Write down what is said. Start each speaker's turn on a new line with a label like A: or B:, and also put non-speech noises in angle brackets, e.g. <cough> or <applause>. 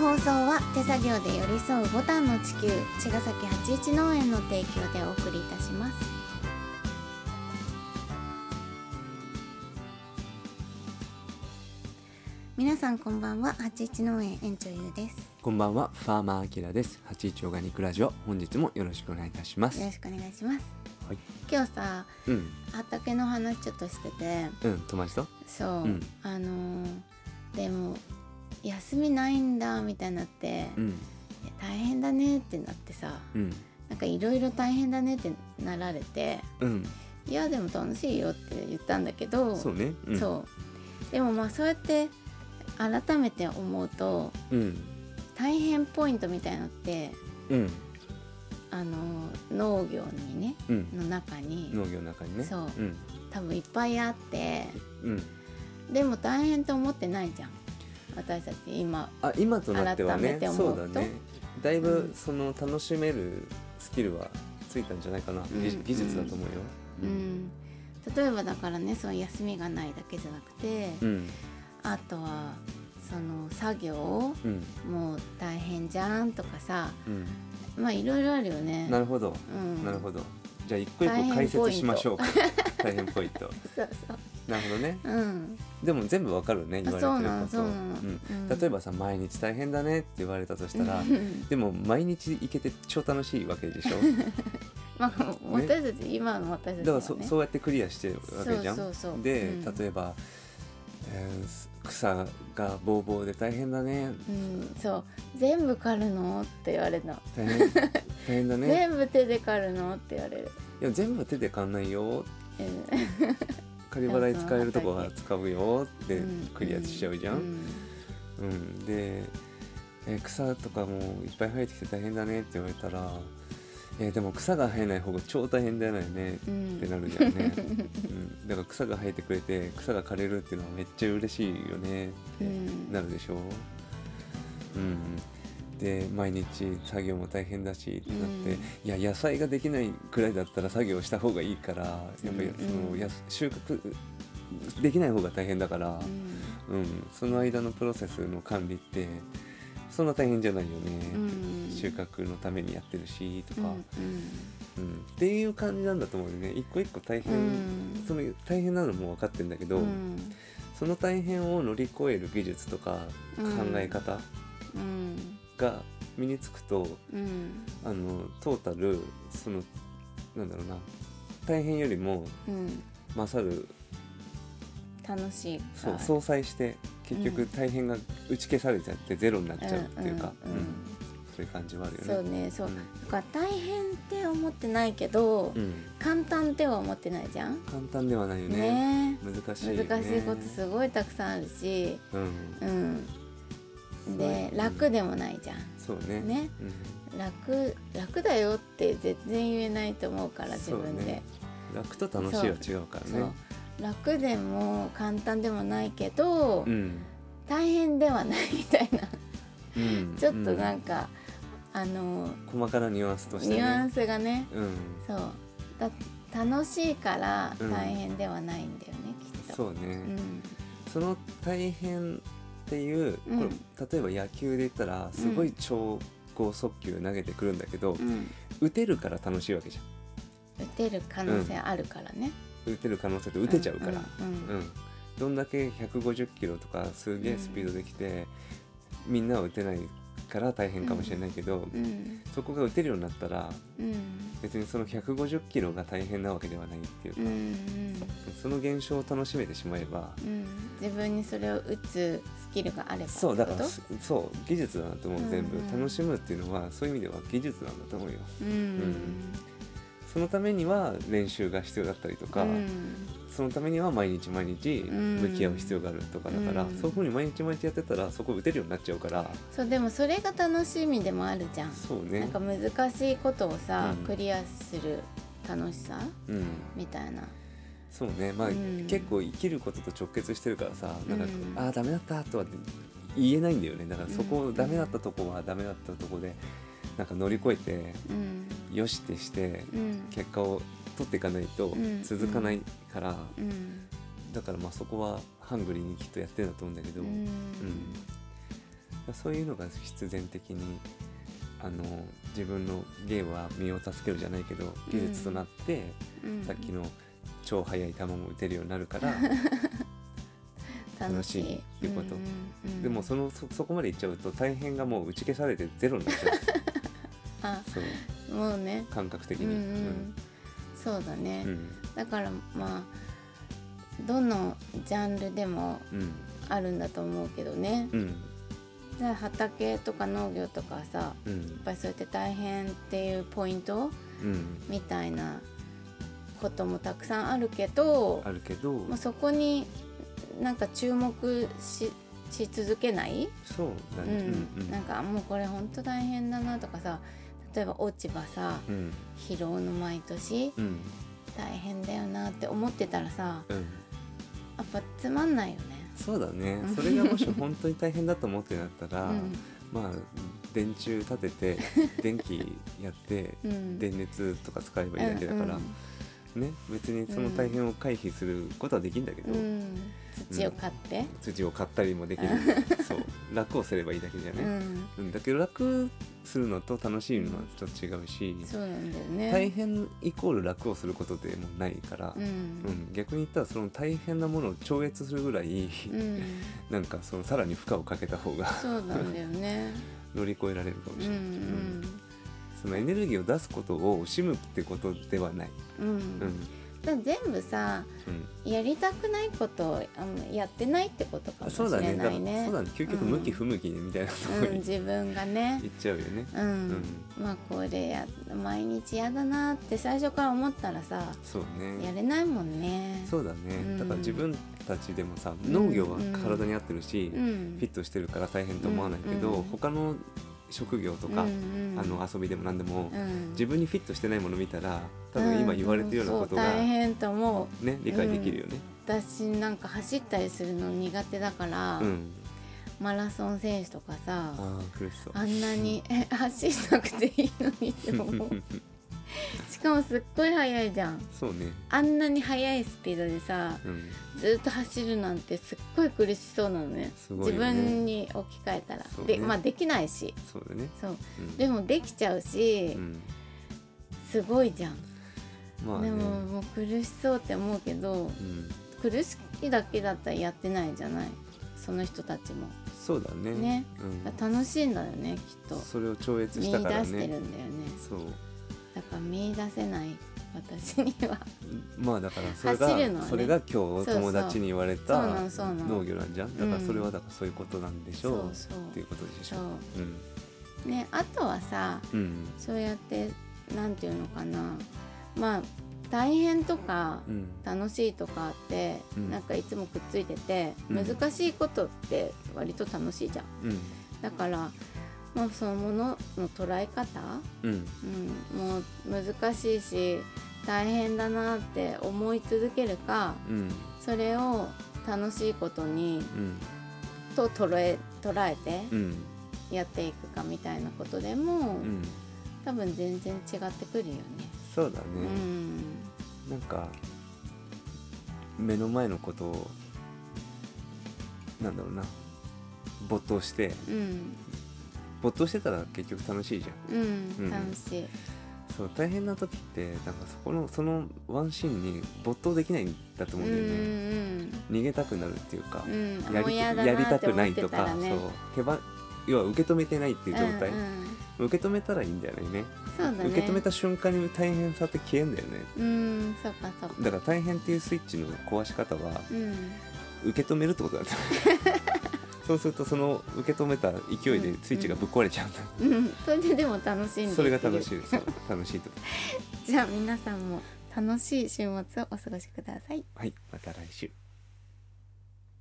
A: 放送は手作業で寄り添うボタンの地球茅ヶ崎八一農園の提供でお送りいたします皆さんこんばんは八一農園園長ゆうです
B: こんばんは、ファーマーアキラです。八一オーガニックラジオ、本日もよろしくお願いいたします。
A: よろしくお願いします
B: はい、
A: 今日さ
B: うん、
A: 畑の話ちょっとしてて
B: うん、友達と。
A: そう、
B: うん
A: あのーでも休みないんだみたいになって、
B: うん、
A: いや大変だねってなってさ
B: うん、
A: なんかいろいろ大変だねってなられて
B: うん、
A: いやでも楽しいよって言ったんだけど
B: そうね。うん、
A: そうでもまあそうやって改めて思うと
B: うん、
A: 大変ポイントみたいのって
B: うん、
A: あの農業にね
B: うん、
A: の中に
B: 農業の中にね。
A: そう
B: うん、
A: 多分いっぱいあって
B: うん、
A: でも大変と思ってないじゃん私たち今
B: あ、今となっては
A: 改
B: ね
A: めて、思
B: そうう
A: と
B: だね。だいうぶ
A: ん、
B: その楽しめるスキルはついたんじゃないかな。
A: ん
B: 技技術だと思うよ。
A: う、ん例えばだからねその休みがないだけじゃなくて
B: うん、
A: あとはその作業
B: うん、
A: もう大変じゃんとかさ
B: うん、
A: まあいろいろあるよね
B: なるほど。
A: うん
B: なるほど。じゃあ、一個一個解説しましょうか。大変ポイント。
A: そうそう
B: なるほどね。
A: うん
B: でも全部わかるね
A: あ
B: 言われて
A: そう
B: る
A: なの
B: こ
A: そ
B: と
A: う
B: を
A: なの、
B: うん、例えばさ毎日大変だねって言われたとしたら
A: うん
B: でも毎日行けて超楽しいわけでしょ
A: <laughs> まあ私たち今の私たち
B: だから
A: は
B: そ
A: ね
B: そうやってクリアしてるわけじゃん
A: そうそうそう
B: で、
A: うん
B: 例えば、えーす草がぼうぼうで大変だね
A: うん、そう全部刈るのって言われるの、<laughs>
B: 大変大変だね
A: 全部手で刈るのって言われる、
B: いや全部手で買んないよ
A: うん
B: 仮払い使えるとこは使うよってクリアしちゃうじゃん、
A: う
B: うん、で、えー草とかもいっぱい生えてきて大変だねって言われたら、えーでも草が生えない方が超大変だよね
A: う
B: っ
A: ん
B: てなるじゃんね、うん、だから草が生えてくれて草が枯れるっていうのはめっちゃ嬉しいよね
A: う
B: って
A: ん
B: なるでしょうんで毎日作業も大変だしってなって、
A: うん
B: いや野菜ができないくらいだったら作業した方がいいからやっぱりその、
A: うん
B: やす収穫できない方が大変だから、うん、その間のプロセスの管理ってそんな大変じゃないよね、
A: うん
B: 収穫のためにやってるしと
A: う
B: か、
A: ん
B: うんっていう感じなんだと思うよね一個一個大変、
A: うん
B: その大変なのも分かってるんだけど、
A: うん
B: その大変を乗り越える技術とか
A: う
B: 考
A: ん
B: え方
A: うん
B: が身につくと、
A: うん
B: あのトータルそのなんだろうな大変よりも
A: うん
B: 勝る
A: 楽しい
B: そう、
A: から
B: 相殺して結
A: うん
B: 局大変が打ち消されちゃってゼロになっちゃうっていうか、
A: んん
B: うんそういう感じはあるよ
A: うん
B: ね。
A: そうねそうだから大変って思ってないけど、
B: うんうん
A: 簡単っては思ってないじゃん
B: 簡単ではないよね。
A: ね
B: 難しいよね。
A: 難しいことすごいたくさんあるし
B: うん。
A: うんで
B: うん
A: 楽でもないじゃん
B: そうね。
A: ね
B: うん。
A: 楽楽だよって全然言えないと思うから自
B: そうね
A: 分で
B: 楽と楽しいは違うから
A: そう,、
B: ね。
A: 楽でも簡単でもないけど、
B: うん。
A: 大変ではないみたいな
B: うん。
A: ちょっとなん
B: か、
A: か、あの
B: 細かなニュアンスとしてね。
A: ニュアンスがね
B: うん。
A: そうだ楽しいから
B: うん
A: 大変ではないんだよね、きっと。
B: そうね、
A: うん
B: その大変っていう、これ
A: うん
B: 例えば野球で言ったらすごい超高速球投げてくるんだけ
A: う
B: ど、
A: ん
B: 打てるから楽しいわけじゃ
A: 打てる可能性あるからね、
B: ん。打てる可能性って打てちゃうから。
A: うんうん
B: うん、どんだけ150キロとかすげえスピードできて、みんなは打てないから大変かもしれないけど、
A: うん
B: そこが打てるようになったら
A: うん
B: 別にその150キロが大変なわけではないっていうか、
A: うんうん
B: その現象を楽しめてしまえば、
A: うん自分にそれを打つスキルがあれば
B: そうだから
A: ってこ
B: そう技術だなと思う全部、
A: うんうん
B: 楽しむっていうのはそういう意味では技術なんだと思うよ
A: とうん
B: そのためには練習が必要だったりと
A: う
B: か、
A: ん
B: そのためには毎日毎日向き合う必要があるとかだから、
A: うん
B: そういうふうに毎日毎日やってたらそこ打てるようになっちゃうから
A: そうでもそれが楽しみでもあるじゃん、
B: そうね
A: なんか難しいことをさ、
B: うん
A: クリアする楽しさ
B: うん、
A: みたいな
B: そうねまあ、
A: うん
B: 結構生きることと直結してるからさなんか、
A: うん
B: ああダメだったとは言えないんだよねだからそこ、
A: うん
B: ダメだったとこはダメだったとこでなんか乗り越えて
A: うん
B: よしってして
A: うん
B: 結果を取っていかないと
A: うん
B: 続かないから、
A: うん
B: だからまあそこはハングリーにきっとやってるんだと思うんだけど、
A: うん
B: うんそういうのが必然的にあの自分の芸は身を助けるじゃないけど技術となって、
A: うん
B: さっきの超速い球も打てるようになるから、
A: <laughs>
B: 楽しいっていうこと
A: んうんうん
B: でもそのそそこまでいっちゃうと大変がもう打ち消されてゼロになっちゃ
A: あ
B: うそう
A: もうね
B: 感覚的
A: うん
B: に。
A: う
B: うん
A: んそうだね、
B: うん
A: だからまあどのジャンルでも
B: うん
A: あるんだと思うけどね
B: うん
A: じゃあ畑とか農業とかさや
B: うん
A: っぱりそうやって大変っていうポイント
B: うん
A: みたいなこともたくさんあるけど
B: あるけど、
A: もうそこになんか注目しし続けない、
B: そうだ
A: う
B: ね。
A: ん
B: うんうん
A: なんかもうこれほんと大変だなとかさ例えば落ち葉さ
B: うん
A: 拾うの毎年
B: うん
A: 大変だよなって思ってたらさ
B: うん
A: やっぱつまんないよね。
B: そうだね
A: うん
B: それがもし本当に大変だと思ってなったら、
A: うん
B: まあ電柱立て
A: <laughs>
B: て電気やって
A: うん
B: 電熱とか使えばいいだけだから、ね別にその大変を回避することはできんだけ
A: う
B: ど、
A: んうん、土を買って、
B: 土を買ったりも
A: <laughs>
B: できるそう楽をすればいいだけじゃ
A: う
B: ね、
A: ん、
B: うん、だけど楽するのと楽しいのはちょっと違うし、
A: そうなんだよね。
B: 大変イコール楽をすることでもないから、
A: う、
B: うんん、逆に言ったらその大変なものを超越するぐらい、
A: うん、
B: なんかそのさらに負荷をかけた方が
A: そうなんだよね。
B: 乗り越えられるかも
A: う
B: し
A: ん
B: れない、そのエネルギーを出すことを惜しむってことではない、
A: うん、う
B: うん
A: ん、だから全部さ、
B: うん、
A: やりたくないことをあのやってないってことか
B: あ
A: もし
B: そうだ
A: れ
B: ね
A: な
B: だから
A: いね。
B: そうだね究極
A: うん
B: 向き不向きみたいなところ
A: うん、
B: に
A: 自分がね
B: 行、っちゃうよね、
A: うん、まあこれや毎日やだなって最初から思ったらさ、
B: そう
A: や
B: ね
A: れないもんね。
B: そうだね、
A: うん
B: だから自分たちでもさ
A: ん
B: 農業は体に合ってるし、
A: う
B: フ
A: ん、
B: ィットしてるから大変と思わないけど、
A: うん
B: 他の職業とか、
A: うんうん
B: あの遊びでも何でも、
A: うん
B: 自分にフィットしてないもの見たら多分今言われてるようなこと
A: ん
B: が、
A: そう大変と思う
B: ね、理解できるよね。
A: 私なんか走ったりするの苦手だから、
B: うん、
A: マラソン選手とかさあ
B: ああ苦しそう。
A: んなに <laughs> え走らなくていいのにって思
B: <laughs>
A: うしかもすっごい速いじゃん
B: そうね。
A: あんなに速いスピードでさ
B: うん、
A: ずっと走るなんてすっごい苦しそうなのね
B: すごい
A: 自
B: よね
A: 分に置き換えたら、
B: そうね
A: でまあできないし
B: そうだね。
A: そう
B: うん、
A: でもできちゃうし、
B: うん、
A: すごいじゃん、
B: まあね。
A: でももう苦しそうって思うけど
B: うん、
A: 苦しいだけだったらやってないじゃないその人たちも
B: そうだね。
A: ね
B: うん、
A: 楽しいんだよねきっと
B: それを超越し
A: 見
B: た
A: 出
B: から
A: してる
B: ね。
A: んだよね
B: そう。
A: だから見出せない私には
B: まあだからそれが、
A: 走るのはね
B: それが今日友達に言われ
A: そうそう
B: た
A: なのそうなの
B: 農業なんじゃん。だからそれはだからそういうことなんでしょう。
A: そうそう
B: っていうことでし
A: そ
B: ょう。
A: う
B: うん。
A: ねあとはさ
B: うん。
A: そうやってなんていうのかなまあ大変とか
B: うん。
A: 楽しいとかって、
B: うん
A: なんかいつもくっついてて、
B: うん
A: 難しいことって割と楽しいじゃん
B: うん。
A: だからまあそのものの捉え方、
B: うん。
A: うん、もう難しいし大変だなって思い続けるか
B: うん。
A: それを楽しいことに
B: うん。
A: と捉え捉え
B: う
A: て
B: ん。
A: やっていくかみたいなことでも、
B: うん。
A: 多分全然違ってくるよね。
B: そうだね。
A: うん、
B: なんか目の前のことをなんだろうな没頭して
A: うん、
B: 没頭してたら結局楽しいじゃん
A: う
B: うん
A: ん、楽しい。
B: そう大変な時ってなんかそこのそのワンシーンに没頭できないんだと
A: う、
B: 思うんん
A: う
B: だよね
A: ん、
B: 逃げたくなるっていうか
A: う、ん、
B: や
A: もう
B: り
A: やだ
B: やり
A: な
B: た
A: って
B: く
A: 思
B: な
A: っ
B: い
A: て
B: と
A: た
B: から
A: ね。
B: そう手ば要は受け止めてないっていう状態、
A: うんうん
B: 受け止めたらいいんだよね
A: そうだね。
B: 受け止めた瞬間に大変さって消えんだよね
A: うん、そうか、そうか。
B: だから大変っていうスイッチの壊し方は
A: うん、
B: 受け止めるってことなんだ
A: <laughs>
B: そうするとその受け止めた勢いでスイッチがぶっ壊れちゃうんだ、
A: うん、それででも楽しんでいける。
B: それが楽しいそう楽しいってこと
A: じゃあ皆さんも楽しい週末をお過ごしください。
B: はいまた来週